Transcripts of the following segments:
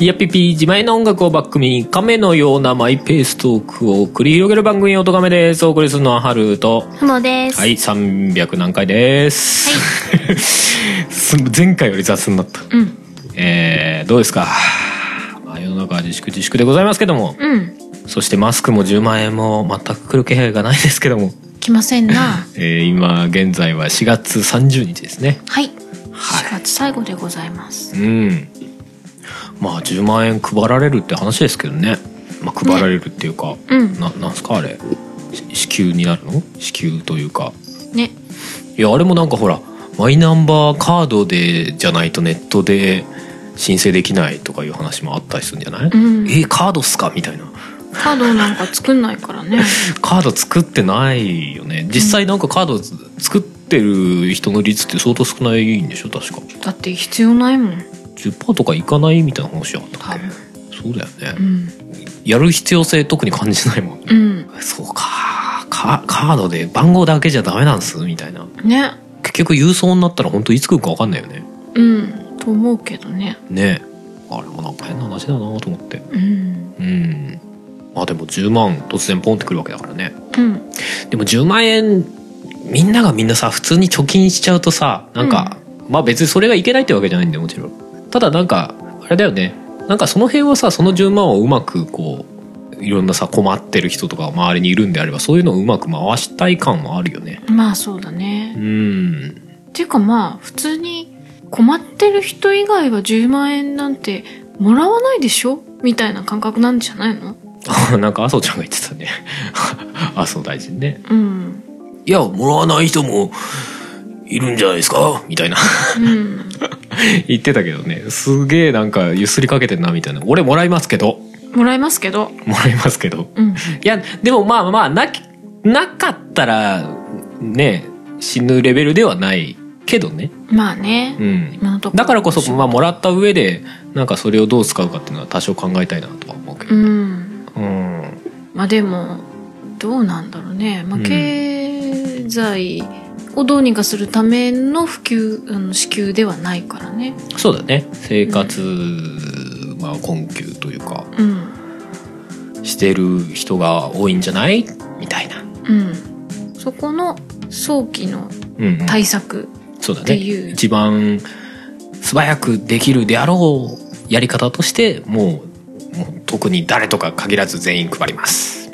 イヤピピ自前の音楽をバックに亀のようなマイペーストークを繰り広げる番組音亀ですお送りするのはハルとふもです。はい300何回です、す前回より雑になったうん。えーどうですか、まあ、世の中は自粛自粛でございますけどもうん。そしてマスクも10万円も全く来る気配がないですけども、来ませんな。えー今現在は4月30日ですねはい。はい4月最後でございます。うんまあ10万円配られるって話ですけどね、まあ、配られるっていうか、うんななんすかあれし支給になるの支給というかね。いやあれもなんかほらマイナンバーカードでじゃないとネットで申請できないとかいう話もあったりするんじゃない、うんえーカードっすかみたいなカードなんか作んないからね。カード作ってないよね実際なんかカード作ってる人の率って相当少ないんでしょ確かだって必要ないもん。 10%とかいかないみたいな話あった多っ分。けそうだよね、うん。やる必要性特に感じないもん、 うん。そうかカカードで番号だけじゃダメなんすみたいなね。結局郵送になったら本当いつ来るか分かんないよねうん。と思うけどね。ねえあれもなんか変な話だなと思ってうん。うんまあでも10万突然ポンってくるわけだからねうん。でも10万円みんながみんなさ普通に貯金しちゃうとさなんか、まあ別にそれがいけないってわけじゃないんだよもちろんただなんかあれだよねなんかその辺はさその10万をうまくこういろんなさ困ってる人とか周りにいるんであればそういうのをうまく回したい感はあるよねまあそうだうね。んっていうかまあ、普通に困ってる人以外は10万円なんてもらわないでしょみたいな感覚なんじゃないのあなん か麻生ちゃんが言ってたね 麻生大臣ねうん。いやもらわない人もいるんじゃないですかみたいなうん。 言ってたけどねすげえなんかゆすりかけてんなみたいな俺もらいますけどもらえますけど。もらいますけどうん。いやでもまあまあなきなかったらね死ぬレベルではないけどね、まあね。うん、今のところだからこそまあもらった上でなんかそれをどう使うかっていうのは多少考えたいなとは思うけどうんうんまあでもどうなんだろうね、まあ、うん経済をどうにかするための普及あの支給ではないからねそうだね生活、まあ困窮というかうんしてる人が多いんじゃないみたいな、うんそこの早期のうんうん対策そうだってねいう一番素早くできるであろうやり方としてもうもう特に誰とか限らず全員配ります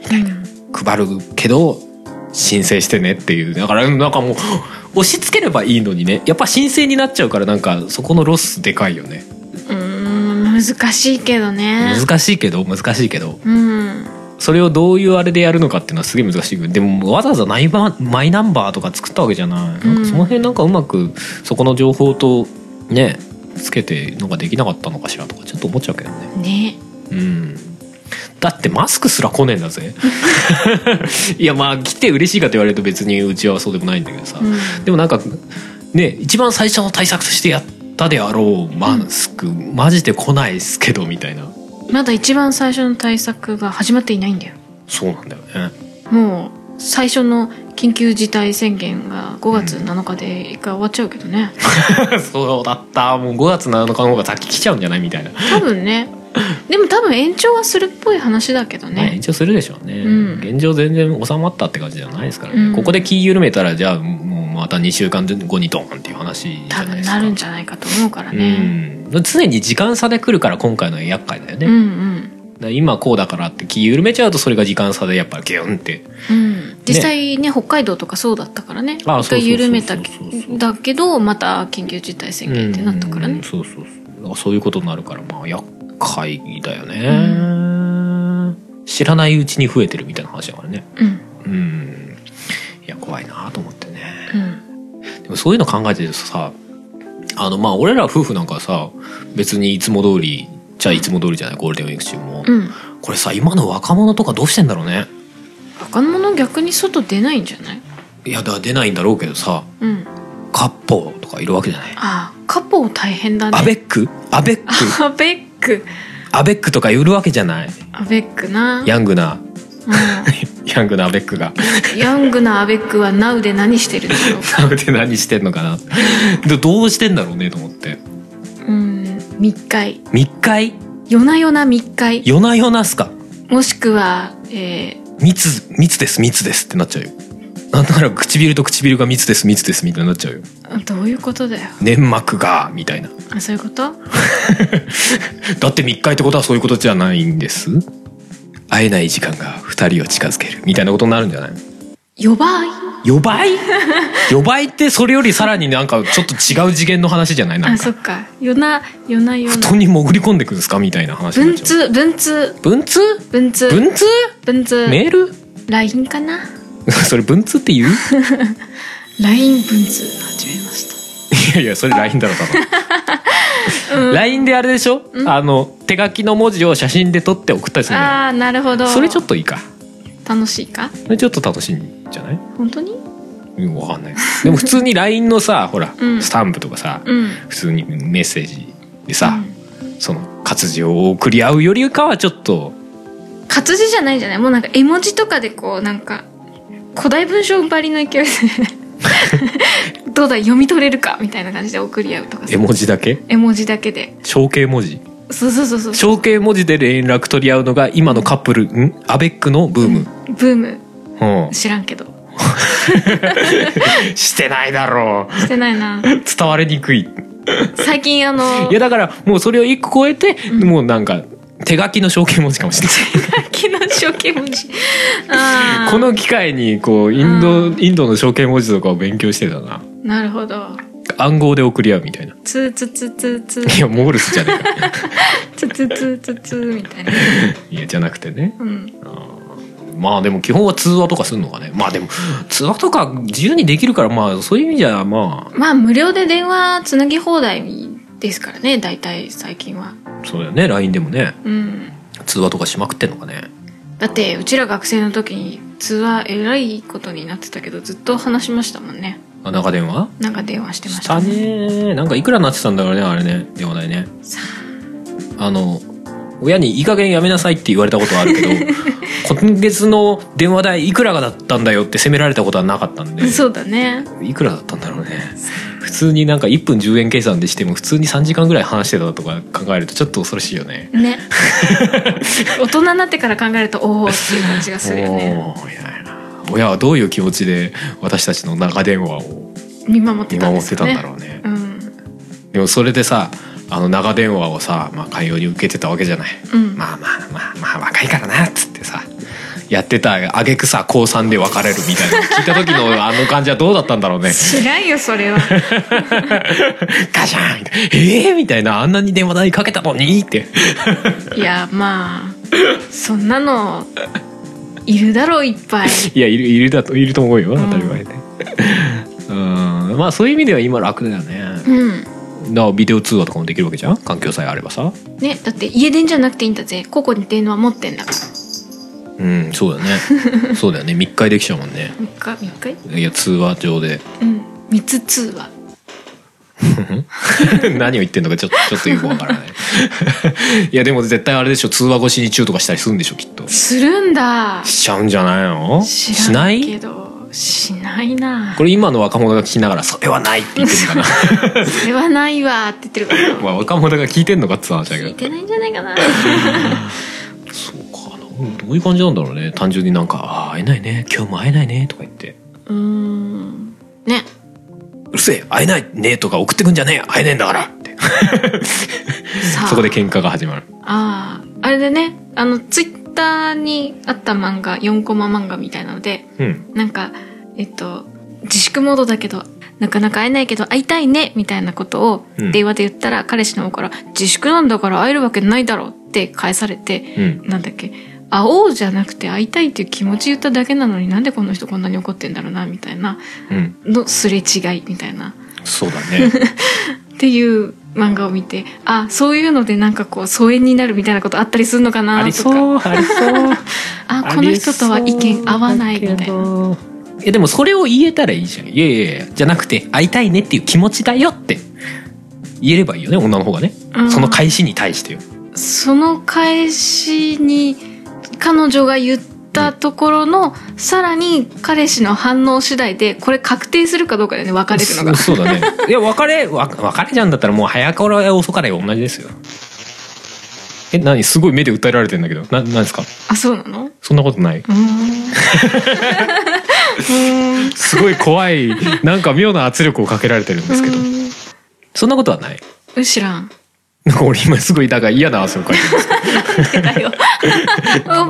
配るけど申請してねっていうだからなんかもう押し付ければいいのにねやっぱ申請になっちゃうからなんかそこのロスでかいよねうんうん難しいけどね難しいけど難しいけどうんそれをどういうあれでやるのかっていうのはすげえ難しいけどでもわざわざナイバーマイナンバーとか作ったわけじゃない、なんかその辺なんかうまくそこの情報とねつけてのができなかったのかしらとかちょっと思っちゃうけどねねうんだってマスクすら来ねえんだぜ いやまあ来て嬉しいかと言われると別にうちはそうでもないんだけどさ、うんでもなんかね一番最初の対策としてやったであろうマスク、マジで来ないっすけどみたいなまだ一番最初の対策が始まっていないんだよそうなんだよね もう最初の緊急事態宣言が5月7日で一回終わっちゃうけどね、そうだったもう5月7日の方が先来ちゃうんじゃないみたいな、多分ねでも多分延長はするっぽい話だけどね、ね延長するでしょうね、うん現状全然収まったって感じじゃないですからね、うんここで気緩めたらじゃあもうまた2週間後にドーンっていう話じ多ゃない分ですかなるんじゃないかと思うからうね、ん常に時間差で来るから今回の厄介だよね、うん、うだかんら今こうだからって気緩めちゃうとそれが時間差でやっぱりギュンってうん実際ね北海道とかそうだったからねあ一回緩めたそうそうそうそうだけどまた緊急事態宣言ってなったからうねんそうそうそうだからそういうことになるからまあ厄介だよね、知らないうちに増えてるみたいな話だからねうんうんいや怖いなと思ってねうんでもそういうの考えてるとさあのまあ俺ら夫婦なんかさ別にいつも通りじゃあいつも通りじゃないゴールデンウィーク中も、うんこれさ今の若者とかどうしてんだろうね若者逆に外出ないんじゃないいやだから出ないんだろうけどさうんカッポーとかいるわけじゃないああカポー大変だねアベックアベックアベックアベックとかいるわけじゃないアベックなヤングな うヤングなアベックが んヤングなアベックはナウで何してるんでしょうサブで何してんのかなでどうしてんだろうねと思ってうん密会密会夜な夜な密会夜な夜なっすかもしくは、え密密です密ですってなっちゃうよなんなら唇と唇が密です密ですみたいになっちゃうよー、どういうことだよ粘膜がみたいなあそういうことだって密会ってことはそういうことじゃないんです会えない時間が二人を近づけるみたいなことになるんじゃない呼ばい予 倍予倍ってそれよりさらになんかちょっと違う次元の話じゃないなあんかそっか夜な夜な夜布な団に潜り込んでくんですかみたいな話になっち文ゃう通文通文通文通文通文通メール LINE かなそれ文通って言う LINE 文通始めましいやいやそれ LINE だろ多分、うん LINE であれでしょ、あの手書きの文字を写真で撮って送ったりするのよたあーなるほどそれちょっといいかと楽しいかそれちょっと楽しいんじゃない本当にうんわかんない でも普通に LINE のさほら、うんスタンプとかさ、うん普通にメッセージでさ、その活字を送り合うよりかはちょっと活字じゃないじゃないもうなんか絵文字とかでこうなんか古代文章ばりの勢いで どうだ読み取れるかみたいな感じで送り合うとかさ絵文字だけ絵文字だけで象形文字そうそうそうそう象形文字で連絡取り合うのが今のカップルんアベックのブーム、ブームうん知らんけどしてないだろうしてないな伝わりにくい最近あのいやだからもうそれを一個超えて、もうなんか手書きの象形文字かもしれない昨日象形文字あ この機会にこうインドインドの象形文字とかを勉強してたなーなるほど暗号で送り合うみたいな ツーツーツーツーツーいやモールスじゃねえか ツーツーツーツーツーみたいないやじゃなくてねうんまあでも基本は通話とかするのかねまあでも通話とか自由にできるからまあそういう意味じゃままあ無料で電話つなぎ放題ですからね大体最近はあそうだよね LINE でもねうん通話とかしまくってんのかねだってうちら学生の時に通話えらいことになってたけどずっと話しましたもんねあ中電話なんか電話してまししたたねなんかいくらなってたんだろうねあれね電話代ねさあの親にいい加減やめなさいって言われたことはあるけど 今月の電話代いくらがだったんだよって責められたことはなかったんであそうだねいくらだったんだろうね普通になんか1分10円計算でしても普通に3時間ぐらい話してたとか考えるとちょっと恐ろしいよねね大人になってから考えるとおおっていう感じがするよねおーいやいや親はどういう気持ちで私たちの長電話を見守って見たん守でっすてよたんねだろうねうんでもそれでさあの長電話をさ、まあ、寛容に受けてたわけじゃない、うんまあまあまあまあ若いからなっつってさやってたあげくさ高3で別れるみたいなの聞いた時のあの感じはどうだったんだろうね知らんよそ れは ガシャンみたいなええみたいなあんなに電話代かけたのにっていやまあそんなのいるだろういっぱいいやいるいるだといると思うよ当たり前で、 うん、まあそういう意味では今楽だよねうんだからビデオ通話とかもできるわけじゃん環境さえあればさねだって家電じゃなくていいんだぜ個々に電話持ってんだからうんそうだね そうだよね密会できちゃうもんね3日3日いや通話上でうん密通話 何を言ってんのかちょ っとちょっとよくわからない いやでも絶対あれでしょ通話越しにチューとかしたりするんでしょきっとしするんだちゃうんじゃないの知しらなんけいどしないなこれ今の若者が聞きながら「それはない」って言ってるのかそれはないわって言ってるから な まあ若者が聞いてんのかって話だけ聞いどてないんじゃないか なそうかなどういう感じなんだろうね単純になんか「あー会えないね今日も会えないね」とか言ってうーんね「うるせえ会えないね」とか送ってくんじゃねえ会えねえんだからって さあそこで喧嘩が始まるあああれでねあのツイッターにあった漫画4コマ漫画みたいなのでうんなんかえっと自粛モードだけどなかなか会えないけど会いたいねみたいなことをうん電話で言ったら、彼氏の方から「自粛なんだから会えるわけないだろ」って返されて、うんなんだっけ会おうじゃなくて会いたいっていう気持ち言っただけなのになんでこの人こんなに怒ってんだろうなみたいなうんのすれ違いみたいなそうだね っていう漫画を見てあそういうのでなんかこう疎遠になるみたいなことあったりするのかなとかありそうあこの人とは意見合わないみたいなな。えでもそれを言えたらいいじゃん。いやいやいやじゃなくて会いたいねっていう気持ちだよって言えればいいよね女の方がねうん。その返しに対してよ。その返しに彼女が言ったところの、さらに彼氏の反応次第でこれ確定するかどうかでね別れるのがそそうだね。いや別れわ別れじゃんだったらもう早かれ遅かれ同じですよ。え何すごい目で訴えられてんだけどななんですかあそうなのそんなことない。うーんうーんすごい怖いなんか妙な圧力をかけられてるんですけどうーんそんなことはない。う知らんなんか俺今すごいだから嫌な汗をかいてる。ってだよ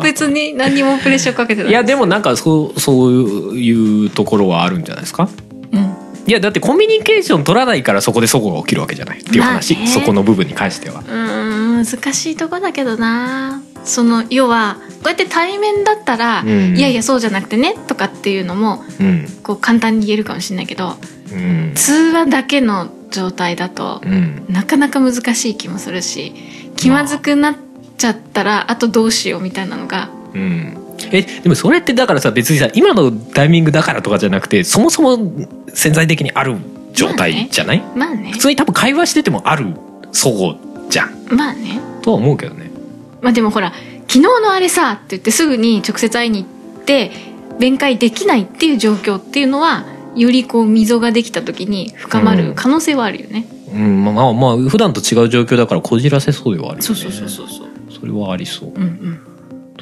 別に何にもプレッシャーかけてないいやでもなんかそうそういうところはあるんじゃないですかうんいやだってコミュニケーション取らないからそこで齟齬が起きるわけじゃないっていう話、まあねそこの部分に関してはうーん難しいとこだけどなその要はこうやって対面だったら、うんいやいやそうじゃなくてねとかっていうのもうんこう簡単に言えるかもしれないけどうん通話だけの状態だとうんなかなか難しい気もするし気まずくなっちゃったらあとどうしようみたいなのがうんえでもそれってだからさ別にさ今のタイミングだからとかじゃなくてそもそも潜在的にある状態じゃない、まあね普通に多分会話しててもある齟齬じゃんまあねとは思うけどねまあでもほら「昨日のあれさ」って言ってすぐに直接会いに行って弁解できないっていう状況っていうのはよりこう溝ができた時に深まる可能性はあるよね、うんまあまあまあ普段と違う状況だからこじらせそうではあるよねそうそうそうそうそうそれはありそううんうん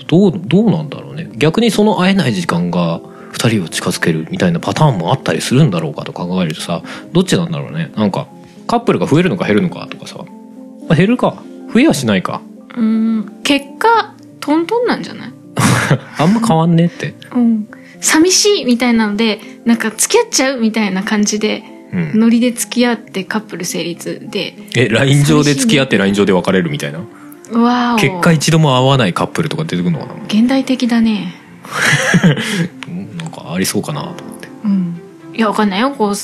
どうどうなんだろうね逆にその会えない時間が2人を近づけるみたいなパターンもあったりするんだろうかと考えるとさどっちなんだろうねなんかカップルが増えるのか減るのかとかさ、まあ減るか増えはしないかうーん結果トントンなんじゃないあんま変わんねえって、うん寂しいみたいなのでなんか付き合っちゃうみたいな感じでうん、ノリで付き合ってカップル成立でえ LINE 上で付き合って LINE 上で別れるみたいなわーお結果一度も会わないカップルとか出てくるのかな現代的だねうんなんかありそうかなと思ってうん、いやわかんないよこう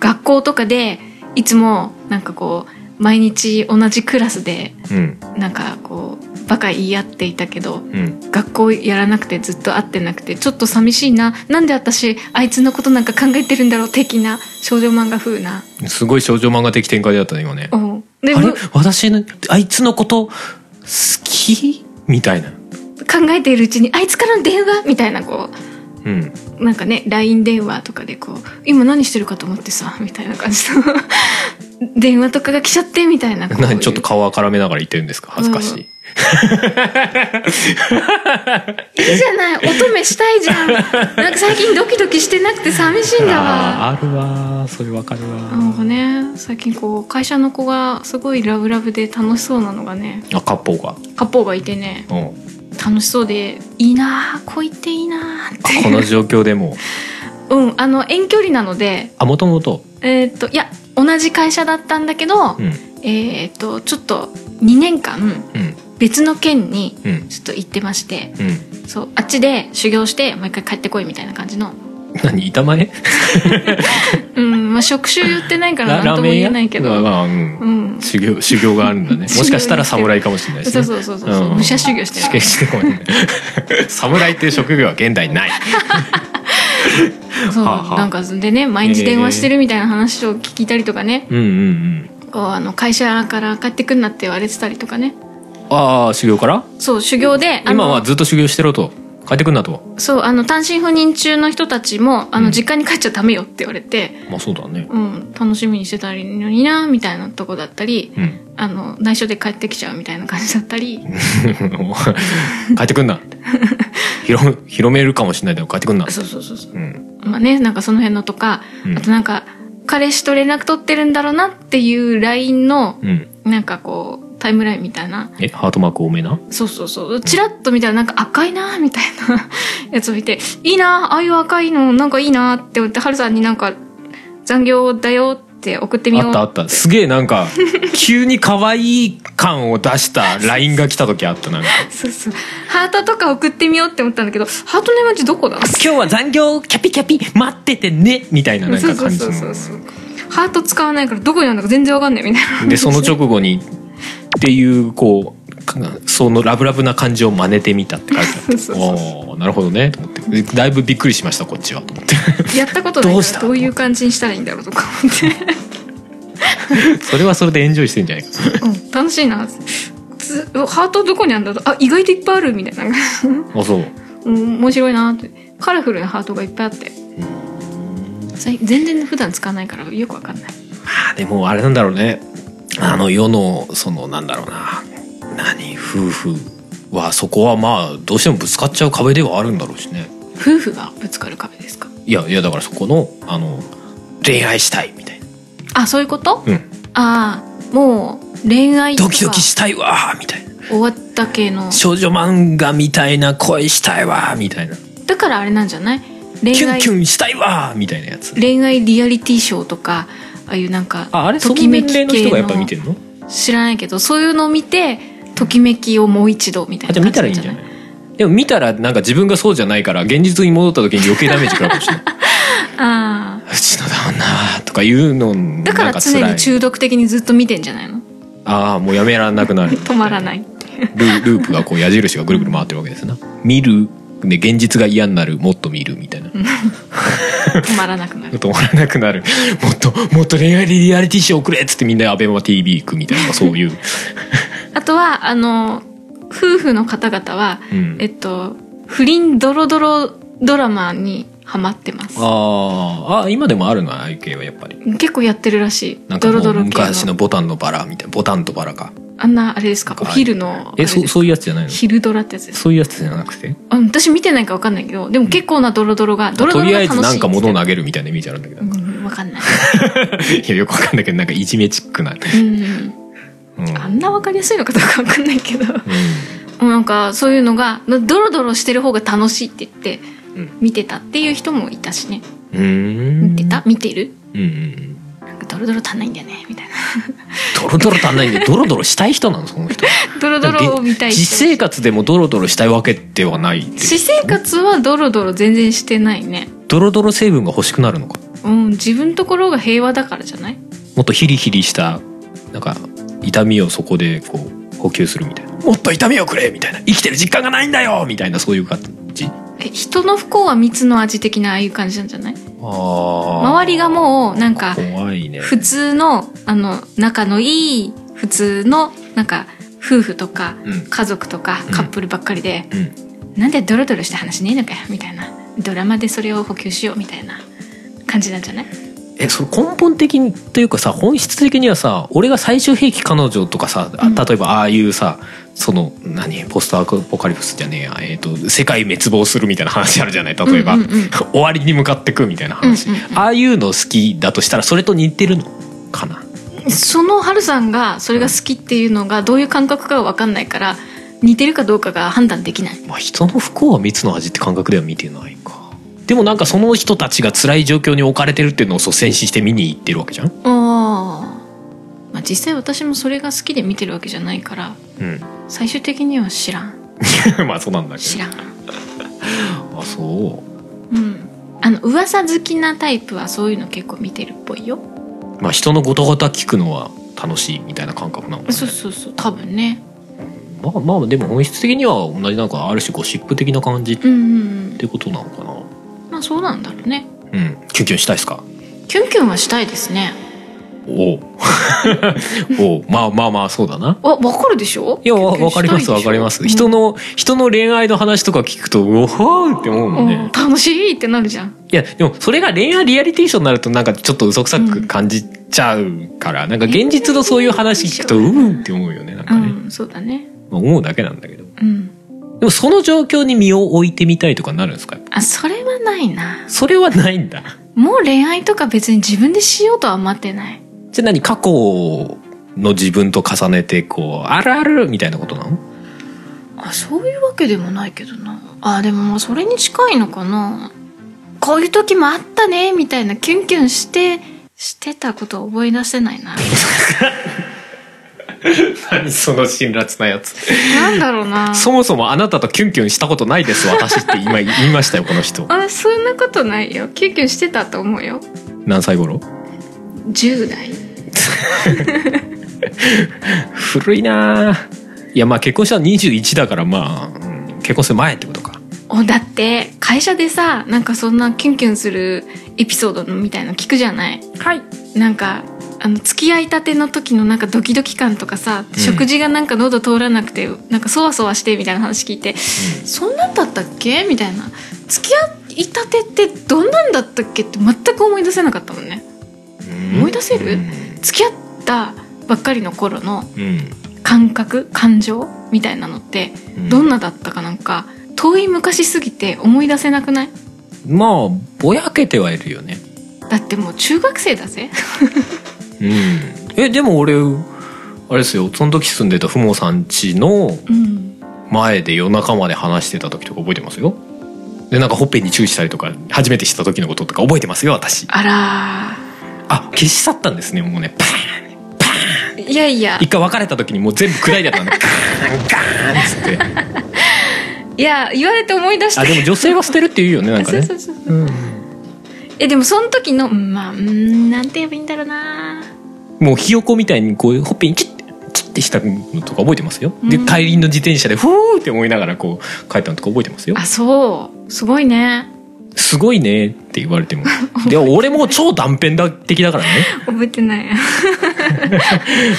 学校とかでいつもなんかこう毎日同じクラスでうんなんかこうバカ言い合っていたけどうん学校やらなくてずっと会ってなくてちょっと寂しいななんで私あいつのことなんか考えてるんだろう的な少女漫画風なすごい少女漫画的展開だったね今ねうんであもれ私のあいつのこと好きみたいな考えているうちにあいつからの電話みたいなこうんうなんかね LINE 電話とかでこう今何してるかと思ってさみたいな感じの 電話とかが来ちゃってみたいなこうい う何ちょっと顔あからめながら言ってるんですか恥ずかしい、いいじゃない乙女したいじ ゃんなんか最近ドキドキしてなくて寂しいんだわあーあるわーそれわかるわーなんかね最近こう会社の子がすごいラブラブで楽しそうなのがね赤っぽうが、カッポーがいてねうん、あ楽しそうでいいなあ恋っていいなあってこの状況で もうんあの遠距離なのであもともとえーっといや同じ会社だったんだけど、うんえーっとちょっと2年間うん別の県にうんちょっと行ってましてうんそうあっちで修行してもう一回帰ってこいみたいな感じの何板前うん、まあ、職種言ってないから何とも言えないけラど。ーメン屋まうあまあうんん。修行修行があるんだねも 修行しかしたら侍かもしれないし、ね、そうそうそうそう。うん武者修行して試験る。してるかもね 侍っていう職業は現代ないそう。はあはあなんか、でね、毎日電話してるみたいな話を聞いたりとかね。うんうんうんこう、あの、会社から帰ってくんなって言われてたりとかね。ああ修行からそう、修行で、あ今の、はずっと修行してろと帰ってくんなとそう、あの、単身赴任中の人たちも、あうの、ん実家に帰っちゃダメよって言われて、まあそうだねうん、楽しみにしてたりのにな、みたいなとこだったり、うんあの、内緒で帰ってきちゃうみたいな感じだったり、 帰ってくんな広め広めるかもしれないけど帰ってくんなそうそうそうそう。うんまあね、なんかその辺のとか、うんあとなんか、彼氏と連絡取ってるんだろうなっていう LINE の、うんなんかこう、タイムラインみたいな。えハートマーク多めなそうそうそう。チラッと見たらなんか赤いなみたいな やつを見て、いいなああいう赤いのなんかいいなって思って、ハルさんになんか、残業だよって送ってみよあうったあったすげえなん か急に可愛い感を出した LINE が来た時あったなんかそうそう。ハートとか送ってみようって思ったんだけど、ハートの絵文字どこだ 今日は残業キャピキャピ待っててねみたいななんそうかそう感じそうそうのそう。ハート使わないからどこにあるのか全然わかんないみたいな。でその直後にっていうこうかそのラブラブな感じを真似てみたって書いてあってそうそうおーなるほどねと思ってでだいぶびっくりしましたこっちはと思ってやったことないどうかしらたどういう感じにしたらいいんだろうとか思っ て、それはそれでエンジョイしてんじゃないかうん、楽しいなつハートどこにあるんだろうあ意外といっぱいあるみたいな あそううん面白いなってカラフルなハートがいっぱいあって最全然普段使わないからよくわかんないまあでもあれなんだろうねあの世のそのなんだろうな何夫婦はそこはまあどうしてもぶつかっちゃう壁ではあるんだろうしね夫婦がぶつかる壁ですかいやいやだからそこのあの恋愛したいみたいなあそういうこと、うんああもう恋愛とドかキドキしたいわーみたいな終わった系の少女漫画みたいな恋したいわーみたいなだからあれなんじゃないキ恋ュン愛キュンしたいわーみたいなやつ恋愛リアリティショーとかああいうなんかああれそとのきめ年き齢系の人がやっぱ見てのるの知らないけどそういうのを見てときめきをもう一度みたいあなじゃあ見たらいいんじゃないでも見たらなんか自分がそうじゃないから現実に戻った時に余計ダメージ食らうかもしれないああうちの旦那はとかいうのなんだからか辛い常に中毒的にずっと見てんじゃないのああもうやめられなくなる止まらないルループがこう矢印がぐるぐる回ってるわけですな見るで現実が嫌になるもっと見るみたいな止まらな くなる止まらなくなるもっともっと恋愛リアリティショーくれっつってみんなアベマ t v 行くみたいなそういう、あとはあの夫婦の方々は、うんえっと不倫ドロドロドラマにハマってますあーあ今でもあるなああいう系はやっぱり結構やってるらしなんいかドもロドうロ系昔ののボタンのバラみたいなボタンとバラかあんなあれですかお昼のあえれですそかそういうやつじゃないの昼ドラってやつですそういうやつじゃなくてうん私見てないから分かんないけどでも結構なドロドロがドロドとロりがあえ楽しいずなんかみた物をい投げるみたいなイメージあるんだけど、うん、分かんない、いやよくわかんないけどなんかいじめチックな、うん、うんあんな分かりやすいのかどうか分かんないけどうなんかそういうのがドロドロしてる方が楽しいって言ってうん見てたっていう人もいたしねんうん見てた見てるうんうんうんなんかドロドロ足んないんだよね みたいなドロドロ足んないんでドロドロしたい人なのその人ドロドロを見たいって実生活でもドロドロしたいわけではないって私生活はドロドロ全然してないねドロドロ成分が欲しくなるのかうん自分のところが平和だからじゃないもっとヒリヒリしたなんか痛みをそこでこう補給するみたいなもっと痛みをくれみたいな生きてる実感がないんだよみたいなそういう感じえ人の不幸は蜜の味的なああいう感じなんじゃない周周りがもうなんか怖いね普通のあの仲のいい普通のなんか夫婦とかうん家族とかうんカップルばっかりで、うんなんでドロドロした話ねえのかよみたいなドラマでそれを補給しようみたいな感じなんじゃないえそれ根本的にというかさ本質的にはさ俺が最終兵器彼女とかさ、あうん例えばああいうさその何ポストアポカリプスじゃねえや、えー、と世界滅亡するみたいな話あるじゃない例えば、うんうんうん終わりに向かってくみたいな話、うんうんうんああいうの好きだとしたらそれと似てるのかなそのハルさんがそれが好きっていうのがどういう感覚かわかんないから似てるかどうかが判断できないまあ人の不幸は蜜の味って感覚では見てないかでもなんかその人たちが辛い状況に置かれてるっていうのを率先して見に行ってるわけじゃんおーまあ実際私もそれが好きで見てるわけじゃないからう 最終的には知らんんまあそうなんだけど知らんあそううんあの噂好きなタイプはそういうの結構見てるっぽいよまあ、人のごたごた聞くのは楽しいみたいな感覚なのか、ね、そうそうそう多分ねまあまあでも本質的には同じなんかある種ゴシップ的な感じっうんうんてことなのかなうんまあそうなんだろうねうんキュンキュンしたいですかキュンキュンはしたいですねおう おうまあまあまあそうだなあわかるでしょいやわわかりますわかります人の、の人の恋愛の話とか聞くとうおーって思うもんね、うん楽しいってなるじゃんいやでもそれが恋愛リアリティショーになるとなんかちょっと嘘くさく感じちゃうから、なんか現実のそういう話聞くとうーんって思うよねなんうかね、んそうだねまあ思うだけなんだけどうんでもその状況に身を置いてみたいとかなるんですかやっぱあそれはないなそれはないんだ。もう恋愛とか別に自分でしようとは待ってないじゃあ何過去の自分と重ねてこう、あるあるみたいなことなのあそういうわけでもないけどなあでもまあそれに近いのかなこういう時もあったねみたいなキュンキュンしてしてたことを思い出せないな何その辛辣なやつ。なんだろう なそもそもあなたとキュンキュンしたことないです私って今言いましたよ、この人。あそんなことないよキュンキュンしてたと思うよ何歳頃10代古いなぁいやまあ結婚したの21だからまあ、うん結婚する前ってことかおだって会社でさなんかそんなキュンキュンするエピソードみたいの聞くじゃないはいなんかあの付き合いたての時のなんかドキドキ感とかさ、ん食事がなんか喉通らなくてなんかそわそわしてみたいな話聞いて、そんなんだったっけみたいな付き合いたてってどんなんだったっけって全く思い出せなかったもんね思い出せる付き合ったばっかりの頃のうん、うん感覚感情みたいなのってうんどんなだったかなんか遠い昔すぎて思い出せなくないまあぼやけてはいるよねだってもう中学生だぜうんえでも俺あれですよその時住んでたふもさん家のうん前で夜中まで話してた時とか覚えてますよでなんかほっぺに注意したりとか初めてした時のこととか覚えてますよ私あらあ消し去ったんですねもうねパーンーいやいや一回別れた時にもう全部砕いてあったんでガーンガーンっつっていや言われて思い出したあでも女性は捨てるって言うよねなんかねそうそうそううんえでもその時のうんまあうんなんて言えばいいんだろうなもうひよこみたいにこうほっぺにチッてチッてしたのとか覚えてますよでうん帰りの自転車でふーって思いながらこう帰ったのとか覚えてますよあそうすごいねすごいねって言われて もで俺もう超断片的だからね覚えてない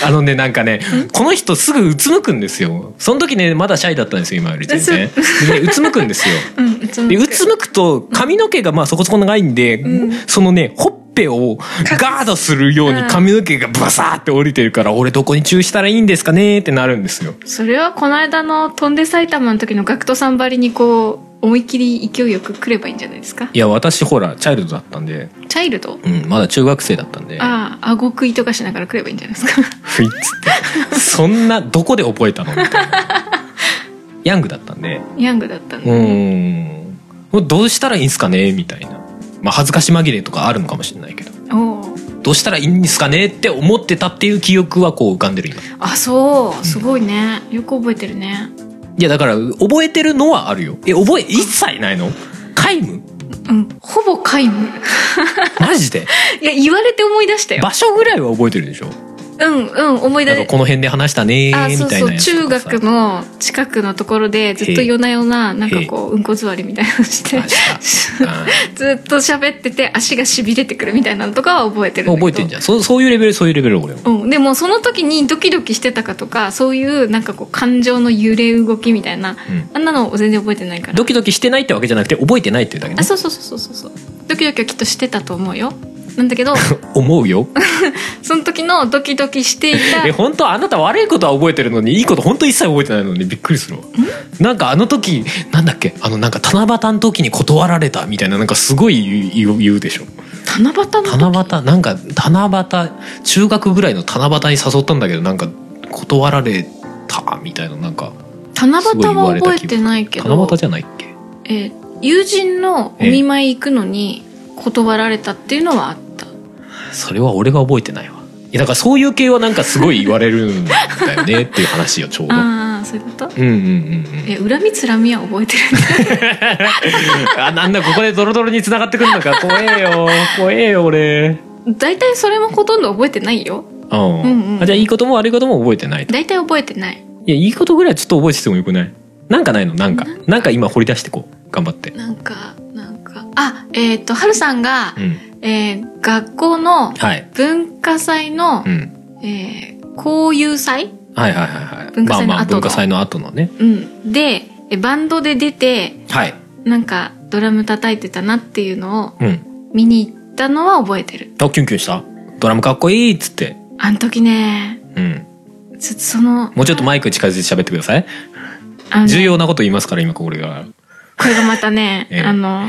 あのねなんかねこの人すぐうつむくんですよその時ねまだシャイだったんですよ今より全 然でねうつむくんですようんうつむでくうつむくと髪の毛がまあそこそこ長いんで、うんそのねほっぺをガードするようにうん髪の毛がバサーって降りてるから俺どこに注意したらいいんですかねってなるんですよ。それはこの間の「飛んで埼玉」の時のガクトさんばりにこう思いっきり勢いよく来ればいいんじゃないですかいや私ほらチャイルドだったんで、チャイルドうん、まだ中学生だったんでああ顎食いとかしながら来ればいいんじゃないですか ふいっつってそんなどこで覚えたのみたいなヤングだったんでヤングだったのうーんどうしたらいいんすかねみたいな、まあ、恥ずかし紛れとかあるのかもしれないけどおおどうしたらいいんですかねって思ってたっていう記憶はこう浮かんでる今あそうすごいねよく覚えてるねいやだから覚えてるのはあるよえ覚え一切ないの皆無うんほぼ皆 無マジ でいや言われて思い出したよ場所ぐらいは覚えてるでしょうんうん思いなん出かこの辺で話したねあーそうみたいそなうやつ中とかさ学の近くのところでずっと夜な夜ななんかこううんこ座りみたいなのしてあした ずっと喋ってて足がしびれてくるみたいなのとかは覚えてうるんだけど覚えてんじゃんそうそういうレベルそういうレベル俺もうん、でもその時にドキドキしてたかとかそういうなんかこう感情の揺れ動きみたいな、うんあんなの全然覚えてないからドキドキしてないってわけじゃなくて覚えてないっていうだけねあそうそうそうそうそうドキドキはきっとしてたと思うよなんだけ ど思うよその時のドキドキしていえた本当あなた悪いことは覚えてるのにいいこと本当一切覚えてないのにびっくりするわなんかあの時なんだっけあのなんか七夕の時に断られたみたいななんかすごい言う言う言うでしょ七夕の時七夕なんか七夕中学ぐらいの七夕に誘ったんだけどなんか断られたみたいななんか七すごい夕言わはれた覚気分えてないけ七ど夕、じゃないっけえー友人のお見舞い行くのに断られたっていうのはあったそれは俺が覚えてないわいやだからそういう系はなんかすごい言われるんだよねっていう話よちょうどうんああそういうこうとんうんうんえ恨みつらみは覚えて るあなんだここでドロドロに繋がってくるのか怖えよ怖えよ俺 大体それもほとんど覚えてないようん、うんうんあじゃあいいことも悪いことも覚えてないと大体覚えてないいやいいことぐらいちょっと覚えててもよくないなんかないのなんかなんか今掘り出してこう頑張ってなんかなんかあえっ、とはるさんがう、んえー学校のはい文化祭のう、んえー交友祭、はいはいはいはい文化祭の後のまあまあ文化祭の後のねうん、でえバンドで出てはいなんかドラム叩いてたなっていうのをうん見に行ったのは覚えてるあキュンキュンしたドラムかっこいいっつってあの時ねうんちょっとそのもうちょっとマイク近づいて喋ってくださいあのね重要なこと言いますから今これが、これがまたね ええあの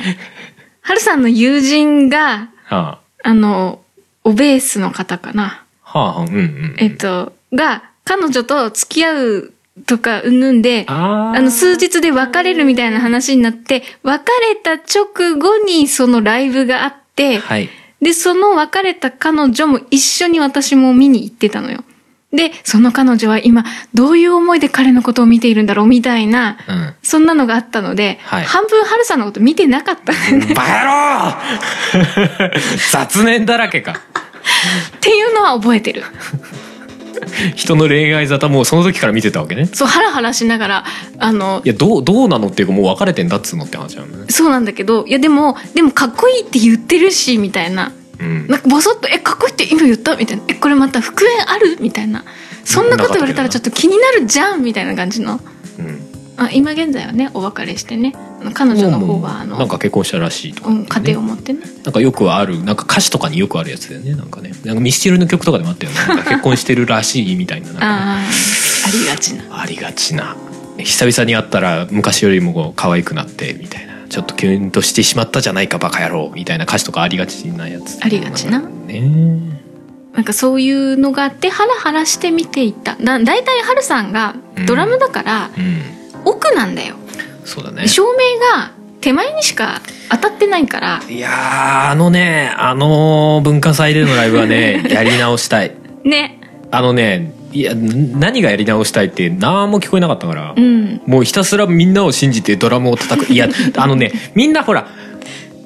はるさんの友人がはあのおベースの方かなあはあはあうんうんえっと、が、彼女と付き合うとか、うんぬんで、ああーの、数日で別れるみたいな話になって、別れた直後にそのライブがあって、はいで、その別れた彼女も一緒に私も見に行ってたのよ。で、その彼女は今、どういう思いで彼のことを見ているんだろうみたいな、うんそんなのがあったので、はい半分ハルさんのこと見てなかったのよね。バカ野郎雑念だらけかっていうのは覚えてる。人の恋愛沙汰もその時から見てたわけねそうハラハラしながらあのいやどうどうなのっていうかもう別れてんだっつうのって話なのねそうなんだけどいやでもでもかっこいいって言ってるしみたいなうんなんかボソッと「えかっこいいって今言った?」みたいな「えこれまた復縁ある?」みたいなそんなこと言われたらちょっと気になるじゃんみたいな感じのうんあ今現在はねお別れしてねあの彼女の方はなあんの、か結婚したらしいとか、うん、家庭を持ってねなんかよくあるなんか歌詞とかによくあるやつだよねなんかねなんかミスチルの曲とかでもあったよねなんか結婚してるらしいみたいななんかねああ ーありがちなありがちな久々に会ったら昔よりも可愛くなってみたいなちょっとキュンとしてしまったじゃないかバカ野郎みたいな歌詞とかありがちなやつありがちなねなんかそういうのがあってハラハラして見ていただだいたいハルさんがドラムだからうん奥なんだよ、そうだね照明が手前にしか当たってないからいやーあのねあの文化祭でのライブは ねやり直したいねあのねいやん何がやり直したいって何も聞こえなかったから、うんもうひたすらみんなを信じてドラムを叩くいやあのねみんなほら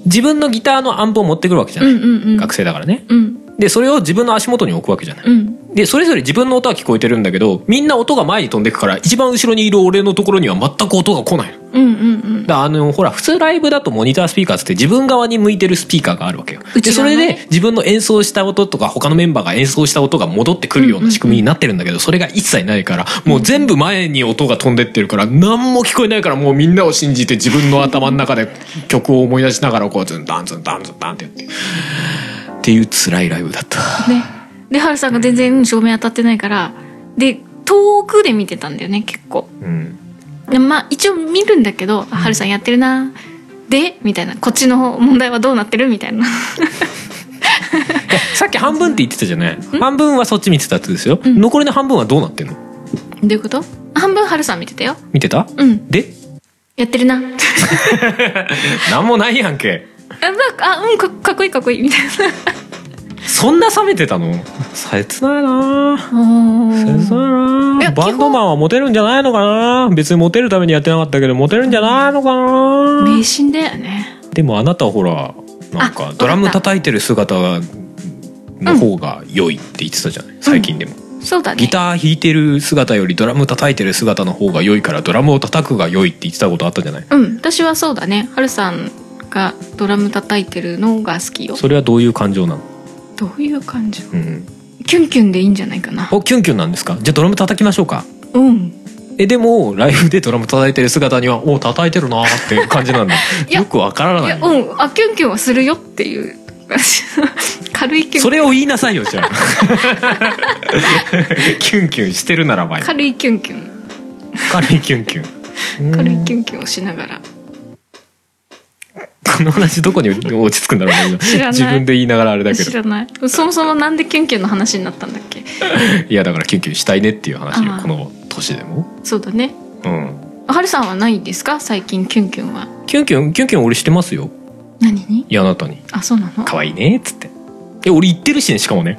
自分のギターのアンプを持ってくるわけじゃうない、んうんうん学生だからねうんでそれを自分の足元に置くわけじゃない、うんでそれぞれ自分の音は聞こえてるんだけどみんな音が前に飛んでくから一番後ろにいる俺のところには全く音が来ないのだかうんうんうんらあのほら普通ライブだとモニタースピーカーっつって自分側に向いてるスピーカーがあるわけよで内そ側れねで自分の演奏した音とか他のメンバーが演奏した音が戻ってくるような仕組みになってるんだけどそれが一切ないからもう全部前に音が飛んでってるから何も聞こえないからもうみんなを信じて自分の頭の中で曲を思い出しながらこうズンダンズンダンズンダンってやってっていう辛いライブだったねでハルさんが全然照明当たってないからで遠くで見てたんだよね結構うんでまあ一応見るんだけど「あハルさんやってるな」でみたいなこっちの問題は どうなってるみたいな さっき半分って言ってたじゃない半分はそっち見てたってですよ、残りの半分はどうなってんのどういうこと半分ハルさん見てたよ見てたうんでやってるなあなんもないやんけまああうんかかっこいいかっこいいみたいなそんな冷めてたの切ないな切ないないやバンドマンはモテるんじゃないのかな別にモテるためにやってなかったけどモテるんじゃないのかな迷信だよねでもあなたほらなんあわかかったドラム叩いてる姿がの方が良いって言ってたじゃない最近でも、そうだねギター弾いてる姿よりドラム叩いてる姿の方が良いからドラムを叩くが良いって言ってたことあったじゃないうん私はそうだねハルさんがドラム叩いてるのが好きよそれはどういう感情なの、どういう感じうん、キュンキュンでいいんじゃないかなおキュンキュンなんですかじゃあドラム叩きましょうかうんえでもライブでドラム叩いてる姿にはお叩いてるなーっていう感じなんだ いやよくわからいなやいうんあキュンキュンはするよっていう 軽いキュンそれを言いなさいよじ ゃあキュンキュンしてるならばよ軽いキュンキュン軽いキュンキュン軽いキュンュンキュンをしながらこの話どこに落ち着くんだろうね今知らない自分で言いながらあれだけ知どらないそもそもなんでキュンキュンの話になったんだっけいやだからキュンキュンしたいねっていう話あよーこの年でもそうだねうんはるさんはないんですか最近キュンキュンはキュンキュンキュンキュン俺してますよ何にいやあなたにあそうなの可愛いねっつってえ俺言ってるしねしかもね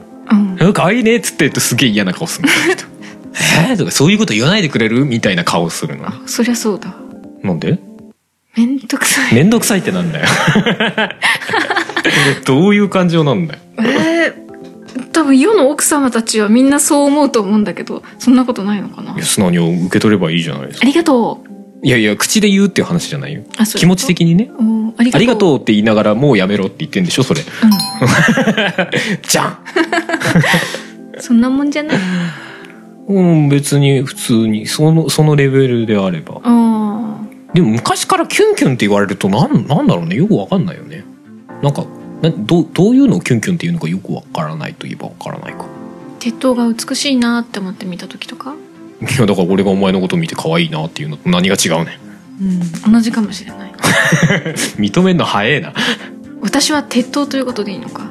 うん「かわいいね」っつって言うとすげえ嫌な顔するの えー、とかそういうこと言わないでくれるみたいな顔するのあそりゃそうだなんでめんどくさい面倒くさいってなんだよ どういう感情なんだよえー、多分世の奥様たちはみんなそう思うと思うんだけどそんなことないのかないや素直に受け取ればいいじゃないですあかりがとういやいや口で言うっていう話じゃないよあそう気持ち的にねうんありありががとうとうって言いながらもうやめろって言ってんでしょそれじゃんうん、そんなもんじゃないあうん別に普通にそのそのレベルであればあでも昔からキュンキュンって言われるとなんなんだろうねよくわかんないよねなんかなどうどういうのをキュンキュンっていうのかよくわからないといえばわからないか 鉄塔が美しいなって思って見た時とか、いやだから俺がお前のこと見て可愛いなっていうのと何が違うね んうん、同じかもしれない認めんの早えな私は鉄塔ということでいいのか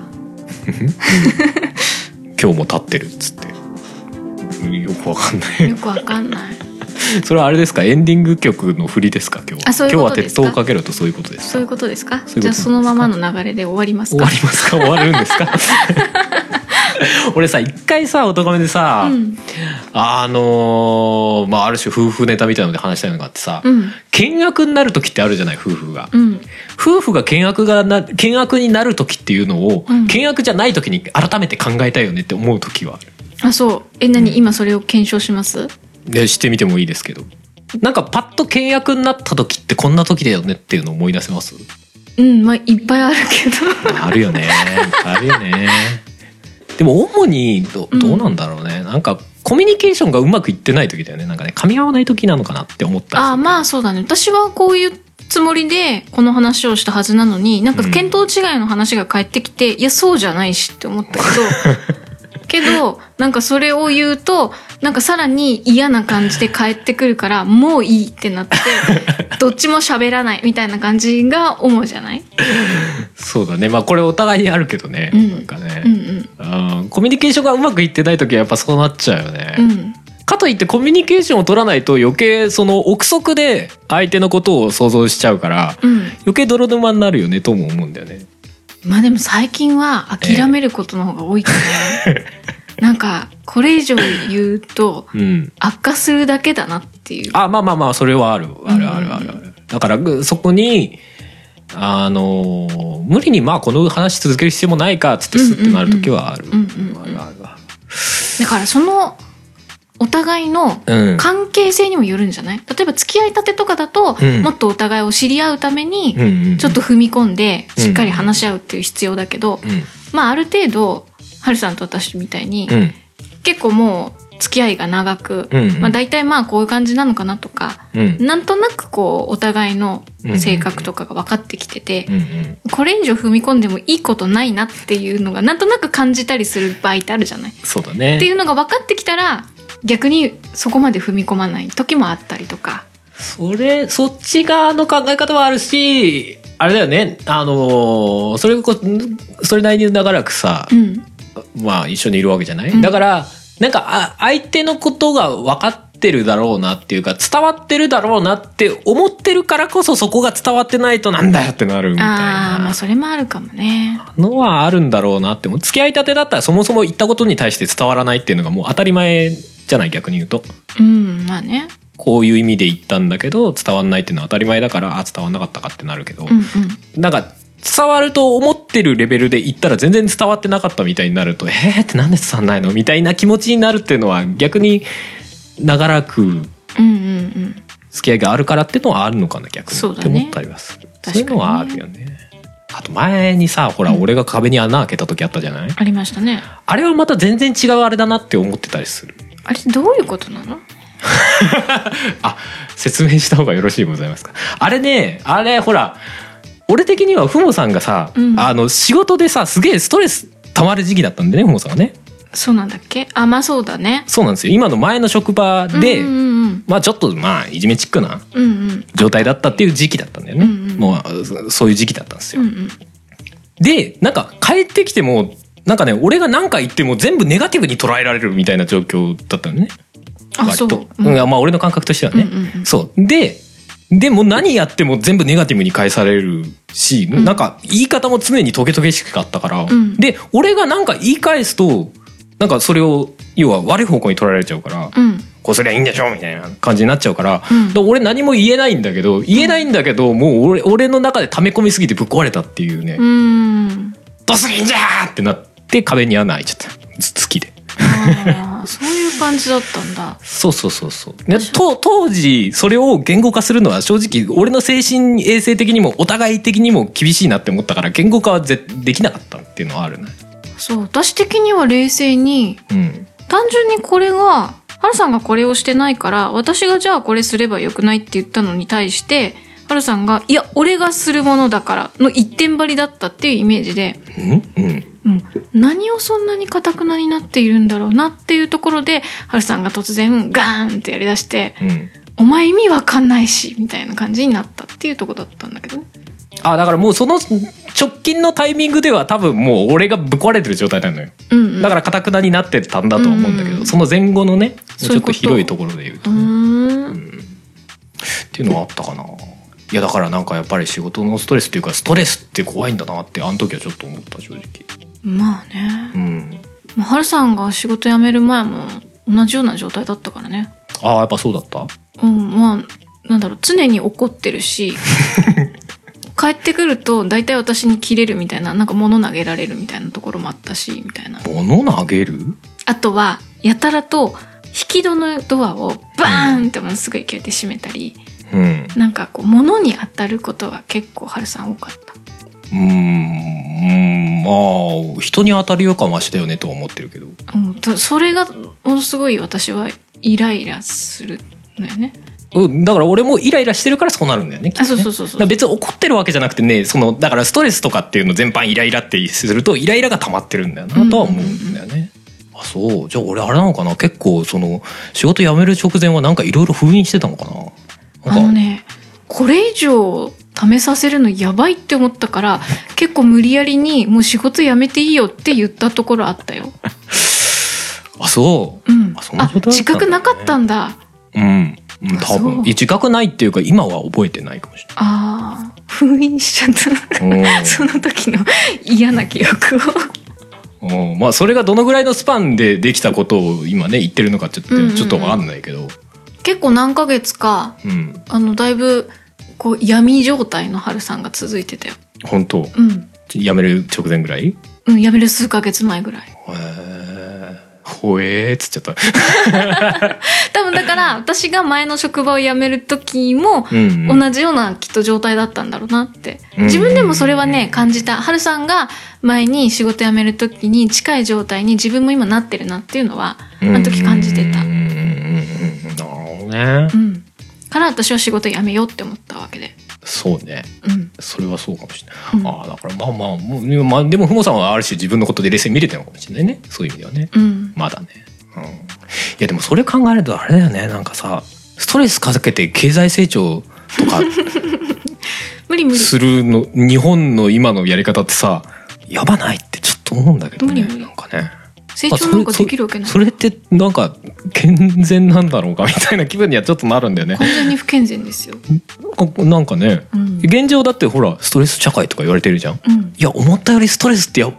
今日も立ってるっつってうんよくわかんない よくわかんないそれはあれですかエンディング曲の振りですか今日はあそういう今日こはとで鉄すか塔をかけるとそういうことですそういうことですかそういうことじでゃあすそのままの流れで終わります終かわりますか終わるんですか 俺さ一回さ男目でさ、うんあのーまあある種夫婦ネタみたいので話したいのがあってさ、うん険悪になる時ってあるじゃない夫婦が、うん夫婦が険悪がな険悪になる時っていうのを、うん険悪じゃない時に改めて考えたいよねって思う時はあるあそうえ何今それを検証しますでしてみてもいいですけどなんかパッと契約になった時ってこんな時だよねっていうの思い出せますうんまあいっぱいあるけどあるよねあるよねでも主にどどうなんだろうね、なんかコミュニケーションがうまくいってない時だよねなんかね噛み合わない時なのかなって思ったりするあまあそうだね私はこういうつもりでこの話をしたはずなのになんかうん見当違いの話が返ってきて、いやそうじゃないしって思ったけどけどなんかそれを言うとなんかさらに嫌な感じで返ってくるからもういいってなってどっちも喋らないみたいな感じが思うじゃないそうだねまあこれお互いにあるけどね、うんなんかね、うんうんうんコミュニケーションがうまくいってない時はやっぱそうなっちゃうよね、うんかといってコミュニケーションを取らないと余計その憶測で相手のことを想像しちゃうからうん余計泥沼になるよねとも思うんだよねまあでも最近は諦めることの方が多いかな、なんかこれ以上言うとうん悪化するだけだなっていうあまあまあまあそれはあるあるあるあるある、だからぐそこにあのー無理にまあこの話続ける必要もないかっつってスッてなる時はあるうんうんうんあるあるあだからそのお互いのるうん関係性にもよるんじゃない例えば付き合いたてとかだと、うんもっとお互いを知り合うためにうんうんうんちょっと踏み込んでうんしっかり話し合うっていう必要だけど、うまあある程度はるさんと私みたいに、ん結構もう付き合いが長く、うんうんまあ大体まあこういう感じなのかなとかうんうんなんとなくこうお互いの性格とかが分かってきてて、うんうんこれ以上踏み込んでもいいことないなっていうのがなんとなく感じたりする場合ってあるじゃないそうだねっていうのが分かってきたら逆にそこまで踏み込まない時もあったりとかそれ、そっち側の考え方はあるし、あれだよね、あのーそれがこう、それなりに長らくさう、んまあ一緒にいるわけじゃない、うんだから、なんか、あ相手のことが分かってるだろうなっていうか、伝わってるだろうなって思ってるからこそそこが伝わってないとなんだよってなるみたいああーまあなそれもあるかもねのはあるんだろうなって、もう付き合いたてだったらそもそも言ったことに対して伝わらないっていうのがもう当たり前じゃない逆に言うと。うんまあねこういう意味で言ったんだけど伝わんないっていうのは当たり前だからあ伝わんなかったかってなるけど、うんうんなんか伝わると思ってるレベルで言ったら全然伝わってなかったみたいになると「えー、ってなんで伝わんないの?」みたいな気持ちになるっていうのは逆に長らくうんうんうん付き合いがあるからっていうのはあるのかな逆にそうっだてね思ったりはするそういうのはあ確かるにねよね。あと前にさほらうん俺が壁に穴開けた時あったじゃない、ありましたねあれはまた全然違うあれだなって思ってたりするあれどういうことなのあ説明した方がよろしいございますかあれねあれほら俺的にはふもさんがさ、うんあの仕事でさすげえストレス溜まる時期だったんでねふもさんがねそうなんだっけあまあそうだねそうなんですよ今の前の職場で、うんうんまあちょっとまあいじめチックなうんうんうん状態だったっていう時期だったんだよね、うんうんもうそそういう時期だったんですうよ、んうんでなんか帰ってきてもなんかね俺が何か言っても全部ネガティブに捉えられるみたいな状況だったのねあ割そとううんうんまあ俺の感覚としてはね、うんうんうんそうででも何やっても全部ネガティブに返されるし、んなんか言い方も常にトゲトゲしかったから、んで俺がなんか言い返すとなんかそれを要は悪い方向に取られちゃうから、うんこうすりゃいいんでしょみたいな感じになっちゃうから、うんで俺何も言えないんだけど言えないんだけど、もう俺俺の中で溜め込みすぎてぶっ壊れたっていうね、うーんどうすりゃいいんじゃーってなって壁に穴開いちゃった好きで。あーそういう感じだったんだそうそうそうそう。ね、と当時、それを言語化するのは正直、俺の精神衛生的にも、お互い的にも厳しいなって思ったから、言語化はぜできなかったっていうのはあるね。そう私的には冷静にうん。単純にこれが、ハルさんがこれをしてないから、私がじゃあこれすればよくないって言ったのに対して、ハルさんが、いや、俺がするものだからの一点張りだったっていうイメージで、うんうん。うん、何をそんなに固くなになっているんだろうなっていうところで、ハルさんが突然ガーンってやり出して、うん。お前意味わかんないし、みたいな感じになったっていうところだったんだけどね。あ、だからもうその直近のタイミングでは多分もう俺がぶっ壊れてる状態なのよ。うん、うん。だから、かくなになってたんだとは思うんだけど、うんその前後のね、ちそょういっうことと広いところで言うとう。ーん。っていうのはあったかな。いやだからなんかやっぱり仕事のストレスっていうかストレスって怖いんだなってあの時はちょっと思った正直。まあね。うん。もうハルさんが仕事辞める前も同じような状態だったからね。ああやっぱそうだったうん、まあ、なんだろう、常に怒ってるし、帰ってくると大体私に切れるみたいな、なんか物投げられるみたいなところもあったし、みたいな。物投げるあとは、やたらと引き戸のドアをバーンってものすごい勢いで閉めたり、うんなんかこう物に当たることは結構ハルさん多かった。うんうんまあ人に当たるよ感はしたよねとは思ってるけどうん、とそれがものすごい私はイライラするのよね。うんだから俺もイライラしてるからそうなるんだよねきっとあ、ねそうそうそうだかそらう。別に怒ってるわけじゃなくてねそのだからストレスとかっていうの全般イライラってするとイライラが溜まってるんだよなとは思うんだよね。あそうじゃあ俺あれなのかな結構その仕事辞める直前はなんかいろいろ封印してたのかなあなのんかね、これ以上試させるのやばいって思っ たから、結構無理やりにもう仕事辞めていいよって言ったところあったよ。あそううん。あそんな状態だったんだね自覚なかったんだ。うん、うん、多あそ分ういや自覚ないっていうか今は覚えてないかもしああ、封印しちゃった。れ ない。その時の嫌な記憶を。うんうんまあそれがどのぐらいのスパンでできたことを今ね言ってるのかちょっとうんうんうんちょっとわかんないけど、結構何ヶ月か、うん、あの、だいぶ、こう、闇状態の春さんが続いてたよ。本当うん。辞める直前ぐらいうん、辞める数ヶ月前ぐらい。へーほえーっつっちゃった。多分だから、私が前の職場を辞める時も、うんうん同じようなきっと状態だったんだろうなって。うん自分でもそれはね、感じた。春さんが前に仕事辞める時に近い状態に自分も今なってるなっていうのは、あの時感じてたうん。うんうんうんうんなるほどねう。ん。から私は仕事辞めようって思ったわけで。そうね。うん。それはそうかもしれない。うんああだからまあまあもうまあでもふもさんはある種自分のことで冷静に見れてるのかもしれないね。そういう意味ではね。うん。まだね。うん。いやでもそれ考えるとあれだよね。なんかさストレスかけて経済成長と か無理無理。するの日本の今のやり方ってさやばないってちょっと思うんだけどね。無理無理なんかね。成長なんかできるわけない。それってなんか健全なんだろうかみたいな気分にはちょっとなるんだよね完全に不健全ですよ。なんかなんかねうん。現状だってほらストレス社会とか言われてるじゃんいうん。や思ったよりストレスってや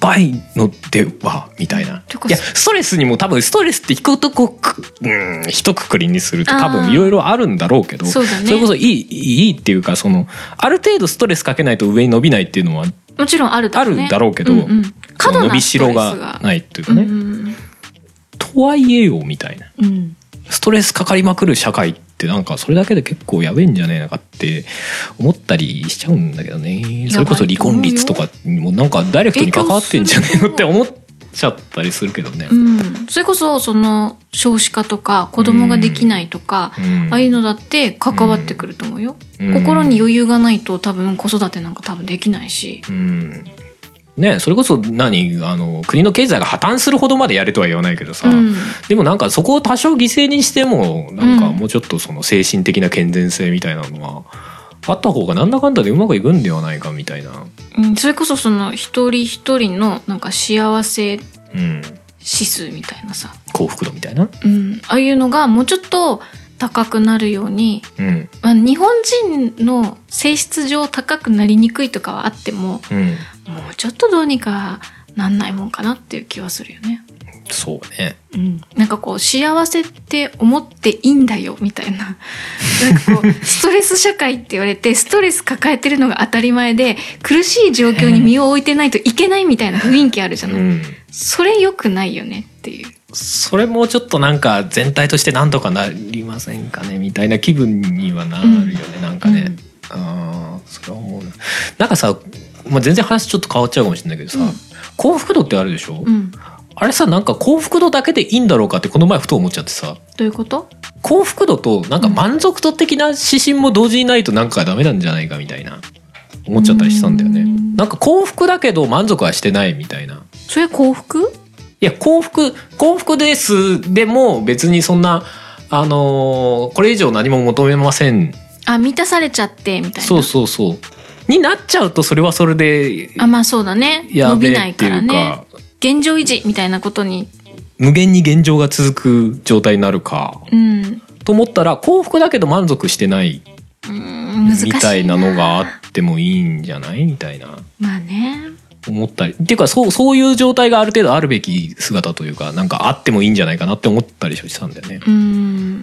ばいのではみたいなてかいやストレスにも多分ストレスってひくとこうくうん一括りにすると多あ分ーいろいろあるんだろうけどそうだねれこそいいいいっていうかそのある程度ストレスかけないと上に伸びないっていうのはもちろんあるだあろう、るね。んだろうけど、うんうん過その伸度なびスしトろレスががないっていうかね、うんとはいえよみたいなうん。ストレスかかりまくる社会ってなんかそれだけで結構やべえんじゃねえのかって思ったりしちゃうんだけどねそれこそ離婚率とかにもなんかダイレクトに関わってんじゃねえのって思っちゃったりするけどねう。ん。それこそ、その、少子化とか、子供ができないとか、ああいうのだって関わってくると思うよ。うん心に余裕がないと多分子育てなんか多分できないし。うんねそれこそ何あの国の経済が破綻するほどまでやれとは言わないけどさ、うん。でもなんかそこを多少犠牲にしてもなんかうんもうちょっとその精神的な健全性みたいなのはあった方がなんだかんだでうまくいくんではないかみたいな。うんそれこそその、一人一人のなんか幸せ指うん数みたいなさ。幸福度みたいな。うん。ああいうのがもうちょっと高くなるように、うん。まあ、日本人の性質上高くなりにくいとかはあってもうん。もうちょっとどうにかなんないもんかなっていう気はするよね。そうね。うん、なんかこう幸せって思っていいんだよみたいな なんかこうストレス社会って言われてストレス抱えてるのが当たり前で苦しい状況に身を置いてないといけないみたいな雰囲気あるじゃない、ん。それ良くないよねっていうそれもうちょっとなんか全体としてなんとかなりませんかねみたいな気分にはなるよね、なんかね。ああ、それは思うな。なんかさ、まあ、全然話ちょっと変わっちゃうかもしれないけどさ、うん幸福度ってあるでしょ、うんどあれさ、なんか幸福度だけでいいんだろうかってこの前ふと思っちゃってさ、ういうこと幸福度となんか満足度的な指針も同時にないとなんかダメなんじゃないかみたいな思っちゃったりしたんだよね。うんなんか幸福だけど満足はしてないみたいな。それ幸福いや幸福幸福ですでも別にそんなあのーこれ以上何も求めませんあ満たされちゃってみたいなそうそうそうになっちゃうとそれはそれであまあそうだねや伸べびなえいってかいらうかね現状維持みたいなことに無限に現状が続く状態になるかうんうと思ったら幸福だけど満足してないーん難しいみたいなのがあってもいいんじゃないみたいなまあね思ったりっていうかそうそういう状態がある程度あるべき姿というかなんかあってもいいんじゃないかなって思ったりしたんだよね。うーん